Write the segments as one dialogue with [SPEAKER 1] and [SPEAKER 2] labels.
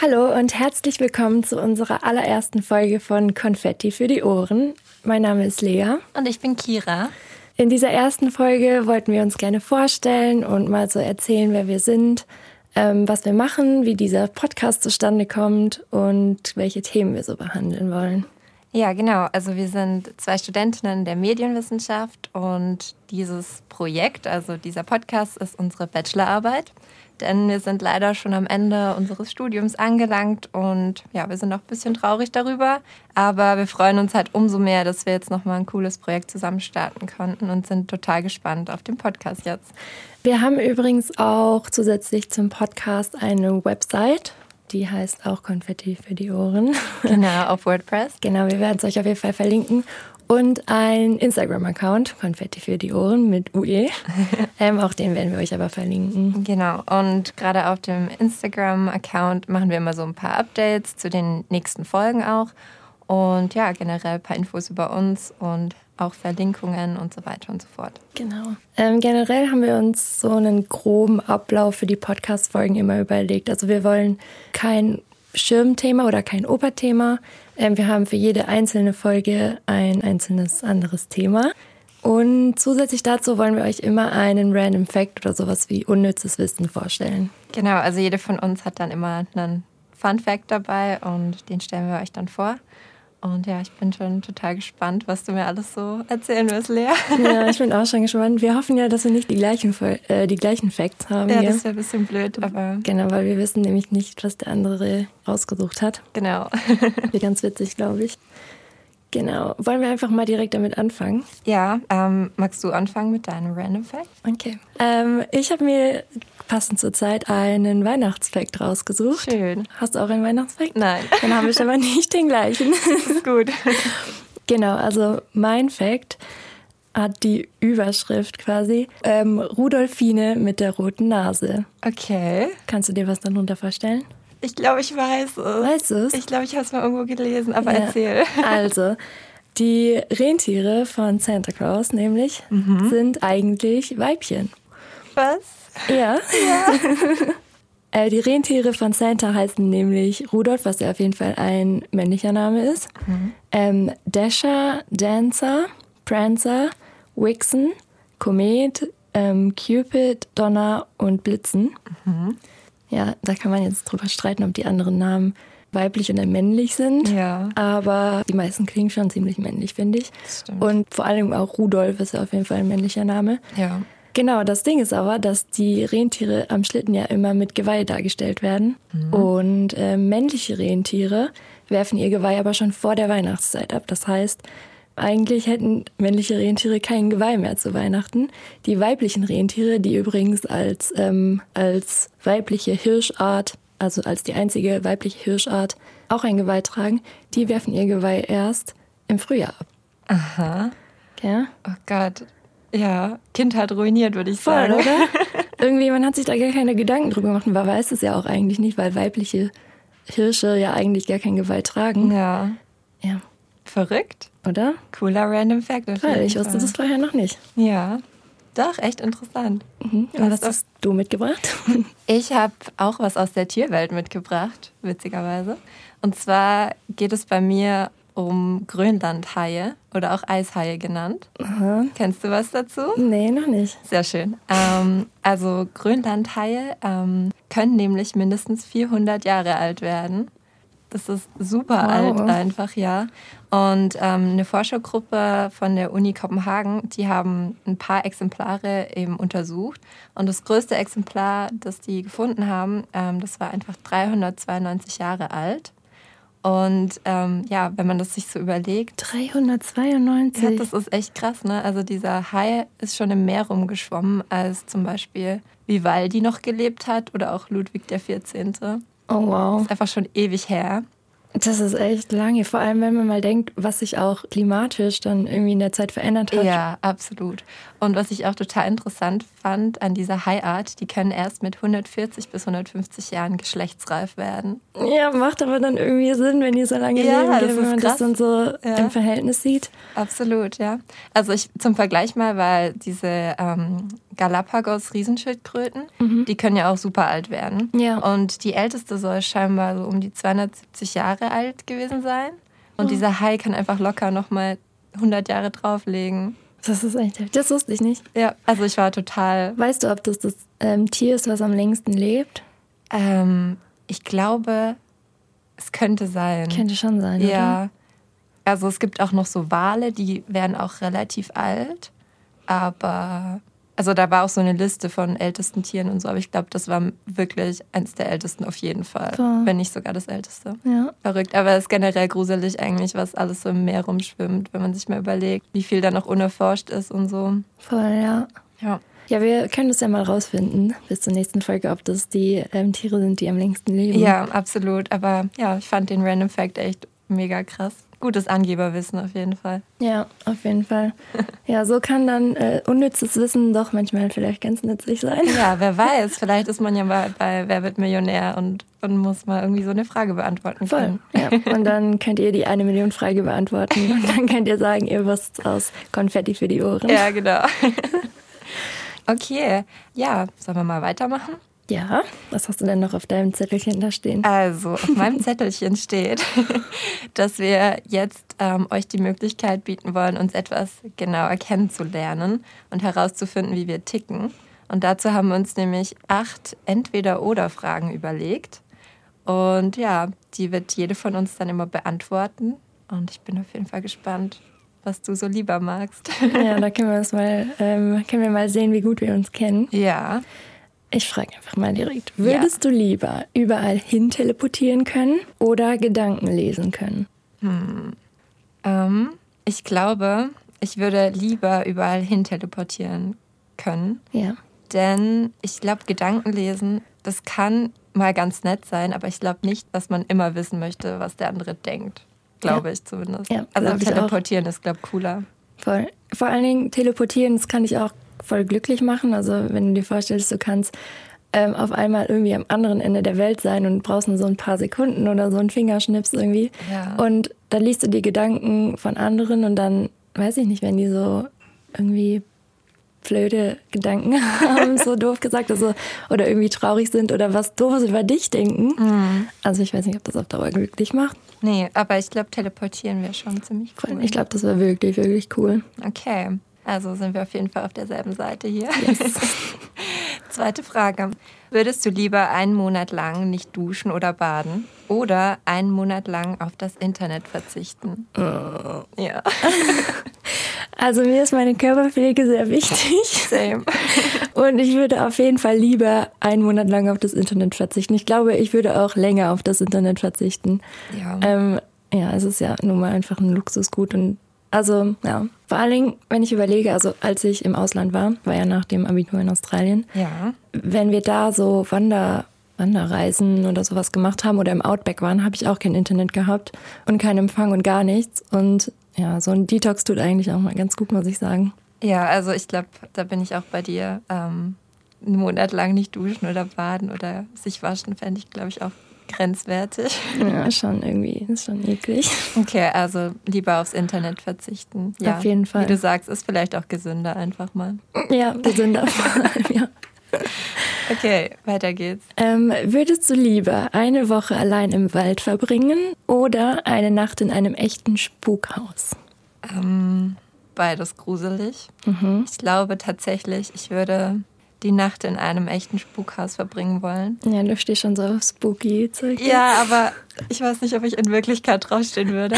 [SPEAKER 1] Hallo und herzlich willkommen zu unserer allerersten Folge von Konfetti für die Ohren. Mein Name ist Lea.
[SPEAKER 2] Und ich bin Kira.
[SPEAKER 1] In dieser ersten Folge wollten wir uns gerne vorstellen und mal so erzählen, wer wir sind, ähm, was wir machen, wie dieser Podcast zustande kommt und welche Themen wir so behandeln wollen.
[SPEAKER 2] Ja, genau. Also wir sind zwei Studentinnen der Medienwissenschaft und dieses Projekt, also dieser Podcast, ist unsere Bachelorarbeit. Denn wir sind leider schon am Ende unseres Studiums angelangt und ja, wir sind noch ein bisschen traurig darüber. Aber wir freuen uns halt umso mehr, dass wir jetzt nochmal ein cooles Projekt zusammen starten konnten und sind total gespannt auf den Podcast jetzt.
[SPEAKER 1] Wir haben übrigens auch zusätzlich zum Podcast eine Website. Die heißt auch Konfetti für die Ohren.
[SPEAKER 2] Genau, auf WordPress.
[SPEAKER 1] Genau, wir werden es euch auf jeden Fall verlinken. Und ein Instagram-Account, Konfetti für die Ohren mit UE. ähm, auch den werden wir euch aber verlinken.
[SPEAKER 2] Genau, und gerade auf dem Instagram-Account machen wir immer so ein paar Updates zu den nächsten Folgen auch. Und ja, generell ein paar Infos über uns und auch Verlinkungen und so weiter und so fort.
[SPEAKER 1] Genau. Ähm, generell haben wir uns so einen groben Ablauf für die Podcast-Folgen immer überlegt. Also wir wollen kein Schirmthema oder kein Oberthema. Ähm, wir haben für jede einzelne Folge ein einzelnes anderes Thema. Und zusätzlich dazu wollen wir euch immer einen Random Fact oder sowas wie unnützes Wissen vorstellen.
[SPEAKER 2] Genau, also jede von uns hat dann immer einen Fun Fact dabei und den stellen wir euch dann vor. Und ja, ich bin schon total gespannt, was du mir alles so erzählen wirst, Lea.
[SPEAKER 1] Ja, ich bin auch schon gespannt. Wir hoffen ja, dass wir nicht die gleichen, Fol- äh, die gleichen Facts haben.
[SPEAKER 2] Ja,
[SPEAKER 1] hier.
[SPEAKER 2] das wäre ein bisschen blöd, aber
[SPEAKER 1] Genau, weil wir wissen nämlich nicht, was der andere rausgesucht hat.
[SPEAKER 2] genau.
[SPEAKER 1] Wird ganz witzig, glaube ich. Genau. Wollen wir einfach mal direkt damit anfangen?
[SPEAKER 2] Ja, ähm, magst du anfangen mit deinem Random Fact?
[SPEAKER 1] Okay. Ähm, ich habe mir passend zur Zeit einen Weihnachtsfact rausgesucht.
[SPEAKER 2] Schön.
[SPEAKER 1] Hast du auch einen Weihnachtsfact?
[SPEAKER 2] Nein.
[SPEAKER 1] Dann haben wir schon mal nicht den gleichen.
[SPEAKER 2] Ist gut.
[SPEAKER 1] Genau, also mein Fact hat die Überschrift quasi ähm, Rudolfine mit der roten Nase.
[SPEAKER 2] Okay.
[SPEAKER 1] Kannst du dir was darunter vorstellen?
[SPEAKER 2] Ich glaube, ich weiß es.
[SPEAKER 1] Weißt du es?
[SPEAKER 2] Ich glaube, ich habe es mal irgendwo gelesen, aber
[SPEAKER 1] Ja.
[SPEAKER 2] erzähl.
[SPEAKER 1] Also, die Rentiere von Santa Claus nämlich
[SPEAKER 2] Mhm.
[SPEAKER 1] sind eigentlich Weibchen.
[SPEAKER 2] Was?
[SPEAKER 1] Ja. äh, die Rentiere von Santa heißen nämlich Rudolf, was ja auf jeden Fall ein männlicher Name ist.
[SPEAKER 2] Mhm.
[SPEAKER 1] Ähm, Dasher, Dancer, Prancer, Wixen, Komet, ähm, Cupid, Donner und Blitzen.
[SPEAKER 2] Mhm.
[SPEAKER 1] Ja, da kann man jetzt drüber streiten, ob die anderen Namen weiblich oder männlich sind.
[SPEAKER 2] Ja.
[SPEAKER 1] Aber die meisten klingen schon ziemlich männlich, finde ich.
[SPEAKER 2] Das stimmt.
[SPEAKER 1] Und vor allem auch Rudolf ist ja auf jeden Fall ein männlicher Name.
[SPEAKER 2] Ja.
[SPEAKER 1] Genau, das Ding ist aber, dass die Rentiere am Schlitten ja immer mit Geweih dargestellt werden. Und äh, männliche Rentiere werfen ihr Geweih aber schon vor der Weihnachtszeit ab. Das heißt, eigentlich hätten männliche Rentiere kein Geweih mehr zu Weihnachten. Die weiblichen Rentiere, die übrigens als, ähm, als weibliche Hirschart, also als die einzige weibliche Hirschart, auch ein Geweih tragen, die werfen ihr Geweih erst im Frühjahr ab. Aha. Ja.
[SPEAKER 2] Oh Gott. Ja. Kindheit ruiniert, würde ich
[SPEAKER 1] Voll,
[SPEAKER 2] sagen.
[SPEAKER 1] oder? Irgendwie, man hat sich da gar keine Gedanken drüber gemacht. Man weiß es ja auch eigentlich nicht, weil weibliche Hirsche ja eigentlich gar kein Gewalt tragen.
[SPEAKER 2] Ja.
[SPEAKER 1] Ja.
[SPEAKER 2] Verrückt.
[SPEAKER 1] Oder?
[SPEAKER 2] Cooler Random Fact. auf
[SPEAKER 1] Weil
[SPEAKER 2] jeden
[SPEAKER 1] ich wusste
[SPEAKER 2] Fall.
[SPEAKER 1] das vorher noch nicht.
[SPEAKER 2] Ja. Doch, echt interessant.
[SPEAKER 1] Mhm. Aber was
[SPEAKER 2] doch-
[SPEAKER 1] hast du mitgebracht?
[SPEAKER 2] Ich habe auch was aus der Tierwelt mitgebracht, witzigerweise. Und zwar geht es bei mir um Grönlandhaie oder auch Eishaie genannt. Kennst du was dazu?
[SPEAKER 1] nee, noch nicht.
[SPEAKER 2] Sehr schön. Ähm, also Grönlandhaie ähm, können nämlich mindestens 400 Jahre alt werden. Das ist super
[SPEAKER 1] Wow.
[SPEAKER 2] alt einfach, ja. Und ähm, eine Forschergruppe von der Uni Kopenhagen, die haben ein paar Exemplare eben untersucht. Und das größte Exemplar, das die gefunden haben, ähm, das war einfach 392 Jahre alt. Und ähm, ja, wenn man das sich so überlegt,
[SPEAKER 1] 392.
[SPEAKER 2] ja, das ist echt krass, ne? Also dieser Hai ist schon im Meer rumgeschwommen, als zum Beispiel Vivaldi noch gelebt hat oder auch Ludwig der 14.
[SPEAKER 1] oh, wow.
[SPEAKER 2] Ist einfach schon ewig her.
[SPEAKER 1] Das ist echt lange, vor allem wenn man mal denkt, was sich auch klimatisch dann irgendwie in der Zeit verändert hat.
[SPEAKER 2] Ja, absolut. Und was ich auch total interessant fand an dieser High Art, die können erst mit 140 bis 150 Jahren geschlechtsreif werden.
[SPEAKER 1] Ja, macht aber dann irgendwie Sinn, wenn die so lange
[SPEAKER 2] Ja,
[SPEAKER 1] leben,
[SPEAKER 2] das
[SPEAKER 1] gell, wenn
[SPEAKER 2] ist
[SPEAKER 1] man das
[SPEAKER 2] krass.
[SPEAKER 1] dann so
[SPEAKER 2] Ja.
[SPEAKER 1] im Verhältnis sieht.
[SPEAKER 2] Absolut, ja. Also ich zum Vergleich mal, weil diese ähm, Galapagos-Riesenschildkröten, die können ja auch super alt werden.
[SPEAKER 1] Ja.
[SPEAKER 2] Und die älteste soll scheinbar so um die 270 Jahre alt gewesen sein. Und dieser Hai kann einfach locker nochmal 100 Jahre drauflegen.
[SPEAKER 1] Das ist echt heftig. Das wusste ich nicht.
[SPEAKER 2] Ja, also ich war total.
[SPEAKER 1] Weißt du, ob das das ähm, Tier ist, was am längsten lebt?
[SPEAKER 2] Ähm, ich glaube, es könnte sein.
[SPEAKER 1] Könnte schon sein, oder?
[SPEAKER 2] Ja. Also es gibt auch noch so Wale, die werden auch relativ alt. Aber also da war auch so eine Liste von ältesten Tieren und so, aber ich glaube, das war wirklich eins der ältesten auf jeden Fall.
[SPEAKER 1] Voll.
[SPEAKER 2] Wenn nicht sogar das älteste.
[SPEAKER 1] Ja.
[SPEAKER 2] Verrückt. Aber es ist generell gruselig eigentlich, was alles so im Meer rumschwimmt, wenn man sich mal überlegt, wie viel da noch unerforscht ist und so.
[SPEAKER 1] Voll, ja.
[SPEAKER 2] Ja.
[SPEAKER 1] Ja, wir können das ja mal rausfinden bis zur nächsten Folge, ob das die ähm, Tiere sind, die am längsten leben.
[SPEAKER 2] Ja, absolut. Aber ja, ich fand den Random Fact echt mega krass. Gutes Angeberwissen auf jeden Fall.
[SPEAKER 1] Ja, auf jeden Fall. Ja, so kann dann äh, unnützes Wissen doch manchmal vielleicht ganz nützlich sein.
[SPEAKER 2] Ja, wer weiß, vielleicht ist man ja mal bei Wer wird Millionär und, und muss mal irgendwie so eine Frage beantworten
[SPEAKER 1] Voll.
[SPEAKER 2] können.
[SPEAKER 1] Ja. Und dann könnt ihr die eine Million Frage beantworten und dann könnt ihr sagen, ihr wisst aus Konfetti für die Ohren.
[SPEAKER 2] Ja, genau. Okay, ja, sollen wir mal weitermachen?
[SPEAKER 1] ja. Was hast du denn noch auf deinem Zettelchen da stehen?
[SPEAKER 2] Also, auf meinem Zettelchen steht, dass wir jetzt ähm, euch die Möglichkeit bieten wollen, uns etwas genauer kennenzulernen und herauszufinden, wie wir ticken. Und dazu haben wir uns nämlich acht Entweder-Oder-Fragen überlegt. Und ja, die wird jede von uns dann immer beantworten. Und ich bin auf jeden Fall gespannt, was du so lieber magst.
[SPEAKER 1] Ja, da können wir uns mal, ähm, können wir mal sehen, wie gut wir uns kennen.
[SPEAKER 2] Ja,
[SPEAKER 1] Ich frage einfach mal direkt. Würdest du lieber überall hin teleportieren können oder Gedanken lesen können?
[SPEAKER 2] ähm, ich glaube, ich würde lieber überall hin teleportieren können.
[SPEAKER 1] Ja.
[SPEAKER 2] Denn ich glaube, Gedanken lesen, das kann mal ganz nett sein, aber ich glaube nicht, dass man immer wissen möchte, was der andere denkt. Glaube
[SPEAKER 1] Ja.
[SPEAKER 2] ich zumindest.
[SPEAKER 1] Ja,
[SPEAKER 2] also
[SPEAKER 1] glaub ich auch.
[SPEAKER 2] teleportieren ist, glaube ich, cooler.
[SPEAKER 1] Voll. Vor allen Dingen teleportieren, das kann ich auch voll glücklich machen. Also wenn du dir vorstellst, du kannst ähm, auf einmal irgendwie am anderen Ende der Welt sein und brauchst nur so ein paar Sekunden oder so einen Fingerschnips irgendwie.
[SPEAKER 2] Ja.
[SPEAKER 1] Und dann liest du die Gedanken von anderen und dann, weiß ich nicht, wenn die so irgendwie blöde Gedanken haben, so doof gesagt, also, oder irgendwie traurig sind oder was Doofes über dich denken. Also ich weiß nicht, ob das auf Dauer glücklich macht.
[SPEAKER 2] Nee, aber ich glaube, teleportieren wäre schon ziemlich
[SPEAKER 1] Vor allem,
[SPEAKER 2] cool.
[SPEAKER 1] Ich glaube, das wäre wirklich, wirklich cool.
[SPEAKER 2] Okay, also sind wir auf jeden Fall auf derselben Seite hier. Zweite Frage. Würdest du lieber einen Monat lang nicht duschen oder baden oder einen Monat lang auf das Internet verzichten?
[SPEAKER 1] Oh.
[SPEAKER 2] Ja,
[SPEAKER 1] Also mir ist meine Körperpflege sehr wichtig
[SPEAKER 2] same.
[SPEAKER 1] und ich würde auf jeden Fall lieber einen Monat lang auf das Internet verzichten. Ich glaube, ich würde auch länger auf das Internet verzichten.
[SPEAKER 2] Ja.
[SPEAKER 1] Ähm, ja, es ist ja nun mal einfach ein Luxusgut und also ja, vor allen Dingen, wenn ich überlege, also als ich im Ausland war, war ja nach dem Abitur in Australien,
[SPEAKER 2] Ja.
[SPEAKER 1] wenn wir da so Wander, Wanderreisen oder sowas gemacht haben oder im Outback waren, habe ich auch kein Internet gehabt und keinen Empfang und gar nichts und ja, so ein Detox tut eigentlich auch mal ganz gut, muss ich sagen.
[SPEAKER 2] Ja, also ich glaube, da bin ich auch bei dir. Ähm, einen Monat lang nicht duschen oder baden oder sich waschen, fände ich, glaube ich, auch grenzwertig.
[SPEAKER 1] Ja, schon irgendwie. Ist schon eklig.
[SPEAKER 2] Okay, also lieber aufs Internet verzichten. Ja,
[SPEAKER 1] Auf jeden Fall.
[SPEAKER 2] Wie du sagst, ist vielleicht auch gesünder einfach mal.
[SPEAKER 1] Ja, gesünder vor allem, ja.
[SPEAKER 2] Okay, weiter geht's.
[SPEAKER 1] Ähm, würdest du lieber eine Woche allein im Wald verbringen oder eine Nacht in einem echten Spukhaus?
[SPEAKER 2] Ähm, beides gruselig.
[SPEAKER 1] Mhm.
[SPEAKER 2] Ich glaube tatsächlich, ich würde die Nacht in einem echten Spukhaus verbringen wollen.
[SPEAKER 1] Ja, du stehst schon so auf spooky Zeug.
[SPEAKER 2] Ja, aber ich weiß nicht, ob ich in Wirklichkeit draufstehen würde.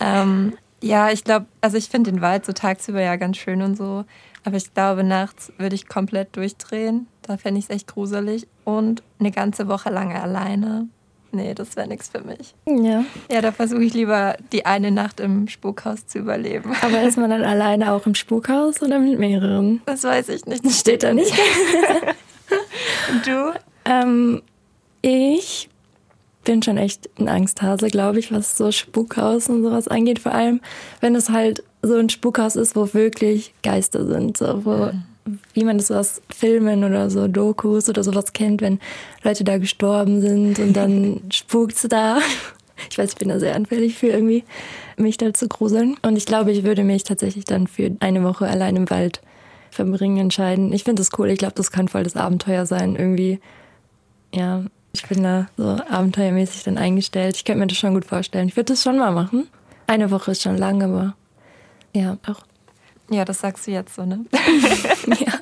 [SPEAKER 2] ähm, ja, ich glaube, also ich finde den Wald so tagsüber ja ganz schön und so. Aber ich glaube, nachts würde ich komplett durchdrehen. Da fände ich es echt gruselig. Und eine ganze Woche lange alleine. Nee, das wäre nichts für mich.
[SPEAKER 1] ja.
[SPEAKER 2] Ja, da versuche ich lieber, die eine Nacht im Spukhaus zu überleben.
[SPEAKER 1] Aber ist man dann alleine auch im Spukhaus oder mit mehreren?
[SPEAKER 2] Das weiß ich nicht.
[SPEAKER 1] Steht da nicht.
[SPEAKER 2] Und du?
[SPEAKER 1] Ähm, ich bin schon echt ein Angsthase, glaube ich, was so Spukhaus und sowas angeht. Vor allem, wenn es halt so ein Spukhaus ist, wo wirklich Geister sind, so, wo mhm. wie man das aus Filmen oder so Dokus oder sowas kennt, wenn Leute da gestorben sind und dann spukt's da. Ich weiß, ich bin da sehr anfällig für irgendwie, mich da zu gruseln. Und ich glaube, ich würde mich tatsächlich dann für eine Woche allein im Wald verbringen entscheiden. Ich finde das cool. Ich glaube, das kann voll das Abenteuer sein. Irgendwie, ja, ich bin da so abenteuermäßig dann eingestellt. Ich könnte mir das schon gut vorstellen. Ich würde das schon mal machen. Eine Woche ist schon lang, aber ja, auch.
[SPEAKER 2] Ja, das sagst du jetzt so, ne?
[SPEAKER 1] ja.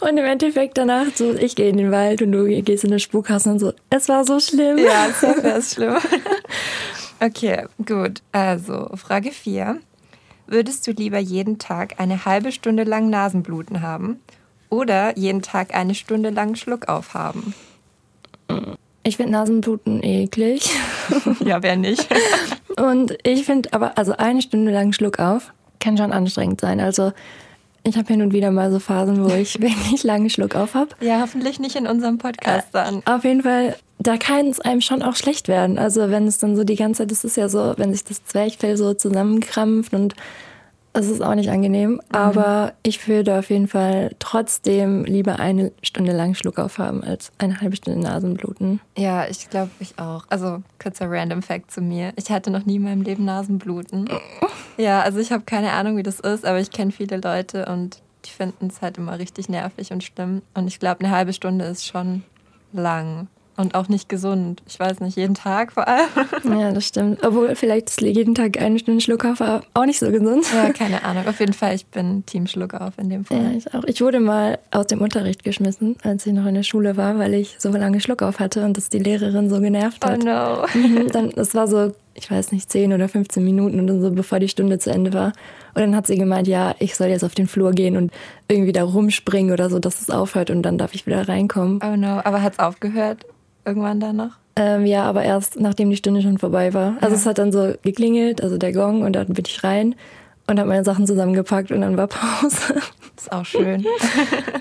[SPEAKER 1] Und im Endeffekt danach so, ich gehe in den Wald und du gehst in das Spukhaus und so, es war so schlimm.
[SPEAKER 2] Ja, es war schlimm. okay, gut. Also, Frage 4. Würdest du lieber jeden Tag eine halbe Stunde lang Nasenbluten haben oder jeden Tag eine Stunde lang Schluckauf haben?
[SPEAKER 1] Ich finde Nasenbluten eklig.
[SPEAKER 2] ja, wer nicht?
[SPEAKER 1] Und ich finde aber, also eine Stunde lang Schluck auf, kann schon anstrengend sein. Also ich habe hin und wieder mal so Phasen, wo ich wirklich lange Schluck auf habe.
[SPEAKER 2] Ja, hoffentlich nicht in unserem Podcast dann.
[SPEAKER 1] Äh, auf jeden Fall, da kann es einem schon auch schlecht werden. Also wenn es dann so die ganze Zeit, das ist ja so, wenn sich das Zwerchfell so zusammenkrampft und es ist auch nicht angenehm. Mhm. Aber ich würde auf jeden Fall trotzdem lieber eine Stunde lang Schluck aufhaben als eine halbe Stunde Nasenbluten.
[SPEAKER 2] Ja, ich glaube, ich auch. Also kurzer Random Fact zu mir. Ich hatte noch nie in meinem Leben Nasenbluten. ja, also ich habe keine Ahnung, wie das ist, aber ich kenne viele Leute und die finden es halt immer richtig nervig und schlimm. Und ich glaube, eine halbe Stunde ist schon lang. Und auch nicht gesund. Ich weiß nicht, jeden Tag vor allem.
[SPEAKER 1] Ja, das stimmt. Obwohl, vielleicht ist jeden Tag eine Stunde Schluckauf auch nicht so gesund.
[SPEAKER 2] Ja, keine Ahnung. Auf jeden Fall, ich bin Team Schluckauf in dem Fall.
[SPEAKER 1] Ja, ich auch. Ich wurde mal aus dem Unterricht geschmissen, als ich noch in der Schule war, weil ich so lange Schluckauf hatte und das die Lehrerin so genervt hat.
[SPEAKER 2] Oh no.
[SPEAKER 1] Mhm, dann, das war so, ich weiß nicht, 10 oder 15 Minuten oder so, bevor die Stunde zu Ende war. Und dann hat sie gemeint, ja, ich soll jetzt auf den Flur gehen und irgendwie da rumspringen oder so, dass es aufhört und dann darf ich wieder reinkommen.
[SPEAKER 2] Oh no, aber hat's aufgehört? irgendwann dann noch?
[SPEAKER 1] Ähm, ja, aber erst nachdem die Stunde schon vorbei war. Also ja. es hat dann so geklingelt, also der Gong, und dann bin ich rein und habe meine Sachen zusammengepackt und dann war Pause.
[SPEAKER 2] Ist auch schön.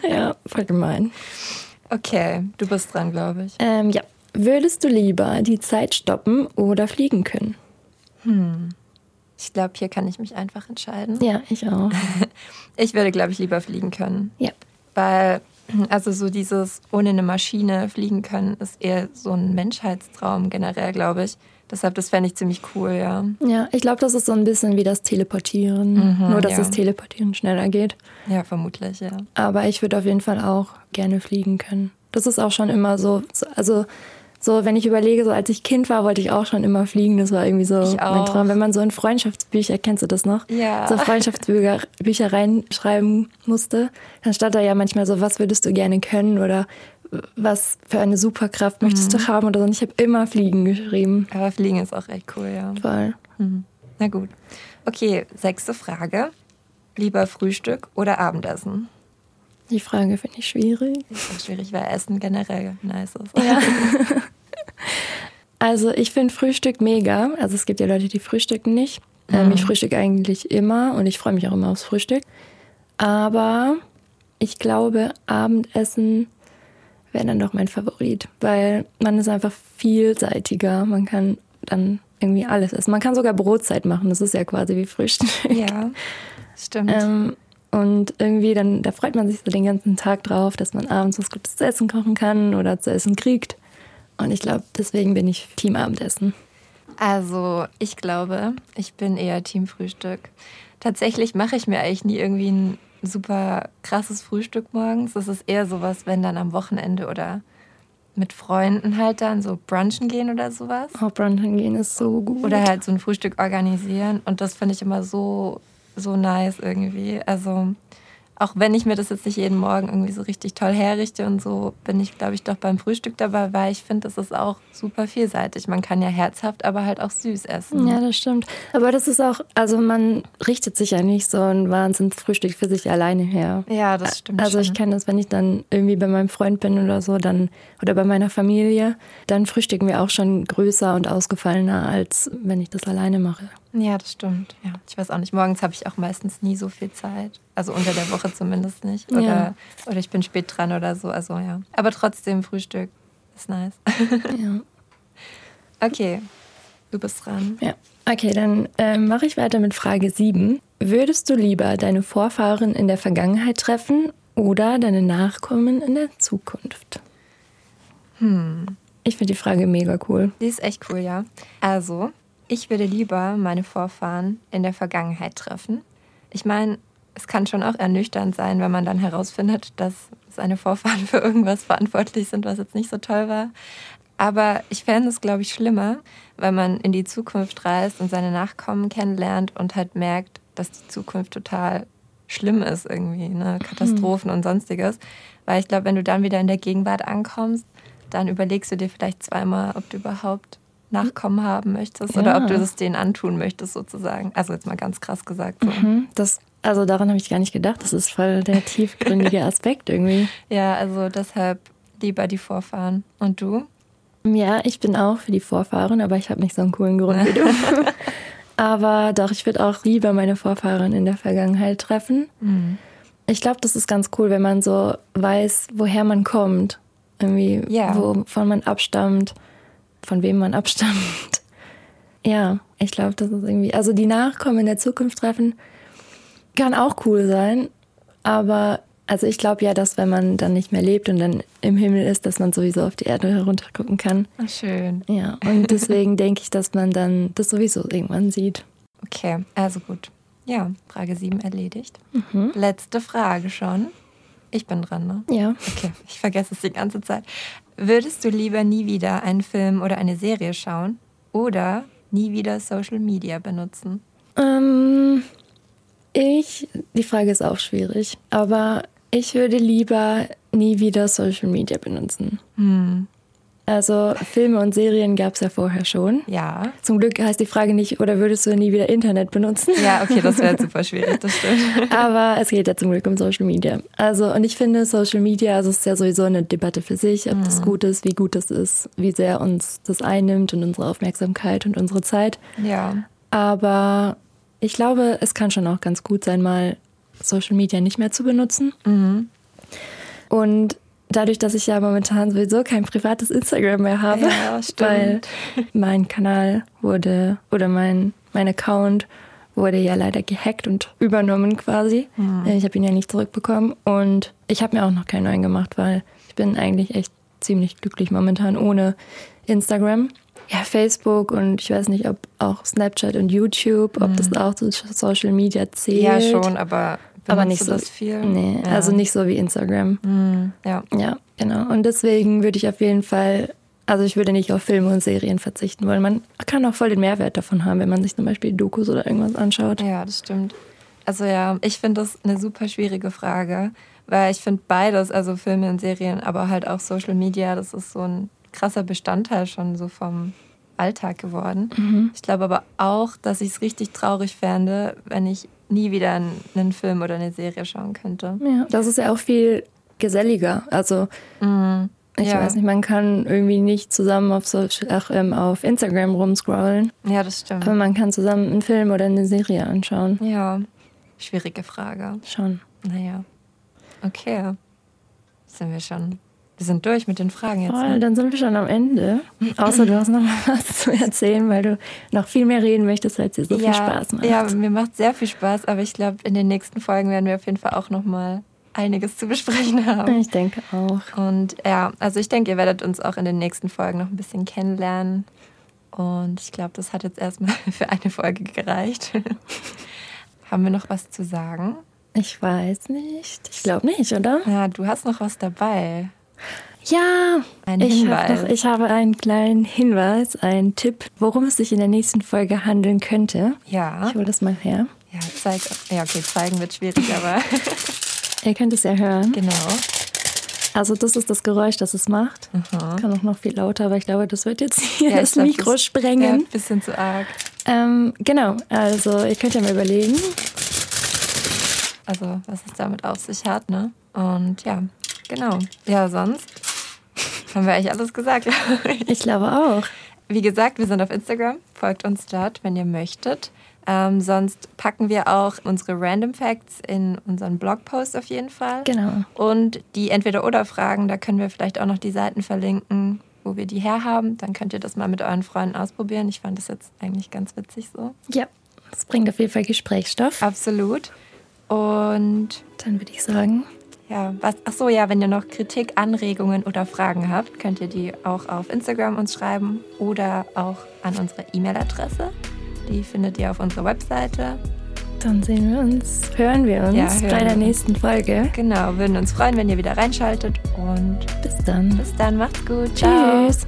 [SPEAKER 1] ja, voll gemein.
[SPEAKER 2] Okay, du bist dran, glaube ich.
[SPEAKER 1] Ähm, ja. Würdest du lieber die Zeit stoppen oder fliegen können?
[SPEAKER 2] Hm. Ich glaube, hier kann ich mich einfach entscheiden.
[SPEAKER 1] Ja, ich auch.
[SPEAKER 2] ich würde, glaube ich, lieber fliegen können.
[SPEAKER 1] Ja.
[SPEAKER 2] Weil also so dieses ohne eine Maschine fliegen können, ist eher so ein Menschheitstraum generell, glaube ich. Deshalb, das fände ich ziemlich cool, ja.
[SPEAKER 1] Ja, ich glaube, das ist so ein bisschen wie das Teleportieren. Mhm, Nur, dass ja. das Teleportieren schneller geht.
[SPEAKER 2] Ja, vermutlich, ja.
[SPEAKER 1] Aber ich würde auf jeden Fall auch gerne fliegen können. Das ist auch schon immer so, also so, wenn ich überlege, so als ich Kind war, wollte ich auch schon immer fliegen. Das war irgendwie so mein Traum. Wenn man so in Freundschaftsbücher, kennst du das noch?
[SPEAKER 2] Ja.
[SPEAKER 1] So Freundschaftsbücher Bücher reinschreiben musste, dann stand da ja manchmal so, was würdest du gerne können oder was für eine Superkraft möchtest mhm. du haben oder so. Und ich habe immer Fliegen geschrieben.
[SPEAKER 2] Aber Fliegen ist auch echt cool, ja.
[SPEAKER 1] Voll.
[SPEAKER 2] Mhm. Na gut. Okay, sechste Frage. Lieber Frühstück oder Abendessen?
[SPEAKER 1] Die Frage finde ich schwierig.
[SPEAKER 2] Das ist schwierig, weil Essen generell nice ist.
[SPEAKER 1] Ja. also ich finde Frühstück mega. Also es gibt ja Leute, die frühstücken nicht. Ähm, mhm. ich frühstücke eigentlich immer und ich freue mich auch immer aufs Frühstück. Aber ich glaube, Abendessen wäre dann doch mein Favorit, weil man ist einfach vielseitiger. Man kann dann irgendwie alles essen. Man kann sogar Brotzeit machen. Das ist ja quasi wie Frühstück.
[SPEAKER 2] Ja, stimmt.
[SPEAKER 1] Ähm, und irgendwie dann, da freut man sich so den ganzen Tag drauf, dass man abends was Gutes zu essen kochen kann oder zu essen kriegt. Und ich glaube, deswegen bin ich Team Abendessen.
[SPEAKER 2] Also, ich glaube, ich bin eher Team Frühstück. Tatsächlich mache ich mir eigentlich nie irgendwie ein super krasses Frühstück morgens. Das ist eher sowas, wenn dann am Wochenende oder mit Freunden halt dann so brunchen gehen oder sowas.
[SPEAKER 1] Oh, brunchen gehen ist so Oh, gut.
[SPEAKER 2] Oder halt so ein Frühstück organisieren. Und das finde ich immer so so nice irgendwie. Also auch wenn ich mir das jetzt nicht jeden Morgen irgendwie so richtig toll herrichte und so, bin ich, glaube ich, doch beim Frühstück dabei, weil ich finde, das ist auch super vielseitig. Man kann ja herzhaft, aber halt auch süß essen.
[SPEAKER 1] Ja, das stimmt. Aber das ist auch, also man richtet sich ja nicht so ein Wahnsinnsfrühstück für sich alleine her.
[SPEAKER 2] Ja, das stimmt.
[SPEAKER 1] Also ich
[SPEAKER 2] schon.
[SPEAKER 1] kenne das, wenn ich dann irgendwie bei meinem Freund bin oder so, dann oder bei meiner Familie, dann frühstücken wir auch schon größer und ausgefallener, als wenn ich das alleine mache.
[SPEAKER 2] Ja, das stimmt. Ja. Ich weiß auch nicht, morgens habe ich auch meistens nie so viel Zeit. Also unter der Woche zumindest nicht. Oder, ja. oder ich bin spät dran oder so. Also ja. Aber trotzdem, Frühstück ist nice.
[SPEAKER 1] Ja.
[SPEAKER 2] Okay, du bist dran.
[SPEAKER 1] Ja. Okay, dann äh, mache ich weiter mit Frage 7. Würdest du lieber deine Vorfahren in der Vergangenheit treffen oder deine Nachkommen in der Zukunft?
[SPEAKER 2] Hm.
[SPEAKER 1] Ich finde die Frage mega cool.
[SPEAKER 2] Die ist echt cool, ja. Also, ich würde lieber meine Vorfahren in der Vergangenheit treffen. Ich meine, es kann schon auch ernüchternd sein, wenn man dann herausfindet, dass seine Vorfahren für irgendwas verantwortlich sind, was jetzt nicht so toll war. Aber ich fände es, glaube ich, schlimmer, wenn man in die Zukunft reist und seine Nachkommen kennenlernt und halt merkt, dass die Zukunft total schlimm ist irgendwie, ne? Katastrophen und sonstiges. Weil ich glaube, wenn du dann wieder in der Gegenwart ankommst, dann überlegst du dir vielleicht zweimal, ob du überhaupt Nachkommen haben möchtest
[SPEAKER 1] Ja.
[SPEAKER 2] oder ob du es denen antun möchtest sozusagen. Also jetzt mal ganz krass gesagt. So.
[SPEAKER 1] Hm, Das, also daran habe ich gar nicht gedacht. Das ist voll der tiefgründige Aspekt irgendwie.
[SPEAKER 2] Ja, also deshalb lieber die Vorfahren. Und du?
[SPEAKER 1] Ja, ich bin auch für die Vorfahren, aber ich habe nicht so einen coolen Grund wie du. aber doch, ich würde auch lieber meine Vorfahren in der Vergangenheit treffen. Ich glaube, das ist ganz cool, wenn man so weiß, woher man kommt. Irgendwie,
[SPEAKER 2] Ja.
[SPEAKER 1] wovon man abstammt, von wem man abstammt. Ja, ich glaube, das ist irgendwie. Also die Nachkommen in der Zukunft treffen kann auch cool sein, aber also ich glaube ja, dass wenn man dann nicht mehr lebt und dann im Himmel ist, dass man sowieso auf die Erde heruntergucken kann.
[SPEAKER 2] Ach, schön.
[SPEAKER 1] Ja, und deswegen denke ich, dass man dann das sowieso irgendwann sieht.
[SPEAKER 2] Okay, also gut. Ja, Frage 7 erledigt. Letzte Frage schon. Ich bin dran, ne?
[SPEAKER 1] Ja.
[SPEAKER 2] Okay, ich vergesse es die ganze Zeit. Würdest du lieber nie wieder einen Film oder eine Serie schauen oder nie wieder Social Media benutzen?
[SPEAKER 1] Ähm, ich, die Frage ist auch schwierig, aber ich würde lieber nie wieder Social Media benutzen.
[SPEAKER 2] Hm.
[SPEAKER 1] Also Filme und Serien gab es ja vorher schon.
[SPEAKER 2] Ja.
[SPEAKER 1] Zum Glück heißt die Frage nicht, oder würdest du nie wieder Internet benutzen?
[SPEAKER 2] Ja, okay, das wäre super schwierig, das stimmt.
[SPEAKER 1] Aber es geht ja zum Glück um Social Media. Also, und ich finde, Social Media, also es ist ja sowieso eine Debatte für sich, ob
[SPEAKER 2] Mhm.
[SPEAKER 1] das gut ist, wie gut das ist, wie sehr uns das einnimmt und unsere Aufmerksamkeit und unsere Zeit.
[SPEAKER 2] Ja.
[SPEAKER 1] Aber ich glaube, es kann schon auch ganz gut sein, mal Social Media nicht mehr zu benutzen.
[SPEAKER 2] Mhm.
[SPEAKER 1] Und dadurch, dass ich ja momentan sowieso kein privates Instagram mehr habe,
[SPEAKER 2] Ja, stimmt.
[SPEAKER 1] weil mein Kanal wurde oder mein, mein Account wurde ja leider gehackt und übernommen quasi.
[SPEAKER 2] Mhm.
[SPEAKER 1] Äh, Ich habe ihn ja nicht zurückbekommen und ich habe mir auch noch keinen neuen gemacht, weil ich bin eigentlich echt ziemlich glücklich momentan ohne Instagram. Ja, Facebook und ich weiß nicht, ob auch Snapchat und YouTube, ob das auch zu Social Media zählt.
[SPEAKER 2] Mhm. Ja, schon, aber benutzt
[SPEAKER 1] Aber nicht
[SPEAKER 2] du
[SPEAKER 1] so
[SPEAKER 2] das viel?
[SPEAKER 1] Nee,
[SPEAKER 2] ja.
[SPEAKER 1] also nicht so wie Instagram.
[SPEAKER 2] Hm, Ja.
[SPEAKER 1] Ja, genau. Und deswegen würde ich auf jeden Fall, also ich würde nicht auf Filme und Serien verzichten wollen. Man kann auch voll den Mehrwert davon haben, wenn man sich zum Beispiel Dokus oder irgendwas anschaut.
[SPEAKER 2] Ja, das stimmt. Also ja, ich finde das eine super schwierige Frage, weil ich finde beides, also Filme und Serien, aber halt auch Social Media, das ist so ein krasser Bestandteil schon so vom Alltag geworden. Ich glaube aber auch, dass ich es richtig traurig fände, wenn ich nie wieder einen, einen Film oder eine Serie schauen könnte.
[SPEAKER 1] Ja, das ist ja auch viel geselliger. Also ich
[SPEAKER 2] Mhm. ja.
[SPEAKER 1] weiß nicht, man kann irgendwie nicht zusammen auf, Social, ach, ähm, auf Instagram rumscrollen,
[SPEAKER 2] Ja, das stimmt.
[SPEAKER 1] aber man kann zusammen einen Film oder eine Serie anschauen.
[SPEAKER 2] Ja, schwierige Frage.
[SPEAKER 1] Schon.
[SPEAKER 2] Naja, okay. Sind wir schon. Wir sind durch mit den Fragen jetzt.
[SPEAKER 1] Voll,
[SPEAKER 2] Ne?
[SPEAKER 1] dann sind wir schon am Ende. Außer du hast noch mal was zu erzählen, weil du noch viel mehr reden möchtest, weil es dir so viel Spaß macht.
[SPEAKER 2] Ja, mir macht sehr viel Spaß, aber ich glaube, in den nächsten Folgen werden wir auf jeden Fall auch nochmal einiges zu besprechen haben.
[SPEAKER 1] Ich denke auch.
[SPEAKER 2] Und ja, also ich denke, ihr werdet uns auch in den nächsten Folgen noch ein bisschen kennenlernen. Und ich glaube, das hat jetzt erstmal für eine Folge gereicht. haben wir noch was zu sagen?
[SPEAKER 1] Ich weiß nicht. Ich glaube nicht, oder?
[SPEAKER 2] Ja, du hast noch was dabei.
[SPEAKER 1] Ja.
[SPEAKER 2] Ein
[SPEAKER 1] ich
[SPEAKER 2] Hinweis.
[SPEAKER 1] Hab noch, ich habe einen kleinen Hinweis, einen Tipp, worum es sich in der nächsten Folge handeln könnte.
[SPEAKER 2] Ja.
[SPEAKER 1] Ich hole das mal her.
[SPEAKER 2] Ja, zeig, ja, okay, zeigen wird schwierig, aber
[SPEAKER 1] Ihr könnt es ja hören.
[SPEAKER 2] genau.
[SPEAKER 1] Also das ist das Geräusch, das es macht.
[SPEAKER 2] Aha.
[SPEAKER 1] Kann auch noch viel lauter, aber ich glaube, das wird jetzt hier
[SPEAKER 2] Ja, ich
[SPEAKER 1] das
[SPEAKER 2] glaub,
[SPEAKER 1] Mikro
[SPEAKER 2] das- Ja,
[SPEAKER 1] sprengen.
[SPEAKER 2] ein bisschen zu arg.
[SPEAKER 1] Ähm, genau, also ihr könnt ja mal überlegen.
[SPEAKER 2] also was es damit auf sich hat, ne? Und ja, genau. Ja, sonst haben wir eigentlich alles gesagt. glaub ich.
[SPEAKER 1] Ich glaube auch.
[SPEAKER 2] Wie gesagt, wir sind auf Instagram, folgt uns dort, wenn ihr möchtet. Ähm, sonst packen wir auch unsere Random Facts in unseren Blogpost auf jeden Fall.
[SPEAKER 1] Genau.
[SPEAKER 2] Und die Entweder-Oder-Fragen, da können wir vielleicht auch noch die Seiten verlinken, wo wir die herhaben, dann könnt ihr das mal mit euren Freunden ausprobieren. Ich fand das jetzt eigentlich ganz witzig so.
[SPEAKER 1] Ja, das bringt auf jeden Fall Gesprächsstoff.
[SPEAKER 2] Absolut. Und
[SPEAKER 1] Dann würde ich sagen,
[SPEAKER 2] ja, was, ach so, ja, wenn ihr noch Kritik, Anregungen oder Fragen habt, könnt ihr die auch auf Instagram uns schreiben oder auch an unsere E-Mail-Adresse. Die findet ihr auf unserer Webseite.
[SPEAKER 1] dann sehen wir uns, hören wir uns
[SPEAKER 2] Ja, hören
[SPEAKER 1] bei der
[SPEAKER 2] wir uns.
[SPEAKER 1] nächsten Folge.
[SPEAKER 2] Genau, würden uns freuen, wenn ihr wieder reinschaltet und
[SPEAKER 1] Bis dann.
[SPEAKER 2] bis dann, macht's gut. Ciao.
[SPEAKER 1] Tschüss.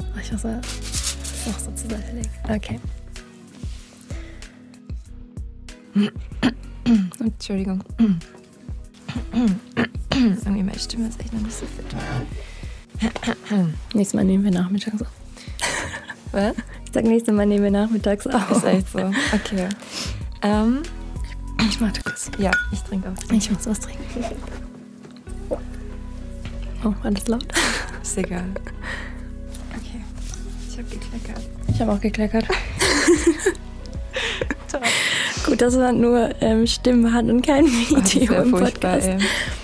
[SPEAKER 1] Oh, Ich muss mal- das noch so zur Seite legen. Okay.
[SPEAKER 2] Entschuldigung. Irgendwie meine Stimme ist echt noch nicht so fit.
[SPEAKER 1] Nächstes Mal nehmen wir nachmittags auf.
[SPEAKER 2] Was?
[SPEAKER 1] Ich sag, nächstes Mal nehmen wir nachmittags
[SPEAKER 2] Ist
[SPEAKER 1] auf.
[SPEAKER 2] echt so. Okay. Ähm,
[SPEAKER 1] Ich warte kurz.
[SPEAKER 2] ja, ich trinke auch.
[SPEAKER 1] Ich muss was trinken. Oh, war das laut?
[SPEAKER 2] Ist egal. Okay. Ich habe gekleckert.
[SPEAKER 1] Ich habe auch gekleckert. Gut, dass man nur ähm, Stimmen hat und kein
[SPEAKER 2] Oh, das ist
[SPEAKER 1] Video
[SPEAKER 2] ja
[SPEAKER 1] im
[SPEAKER 2] Oh, furchtbar,
[SPEAKER 1] Podcast.
[SPEAKER 2] ey.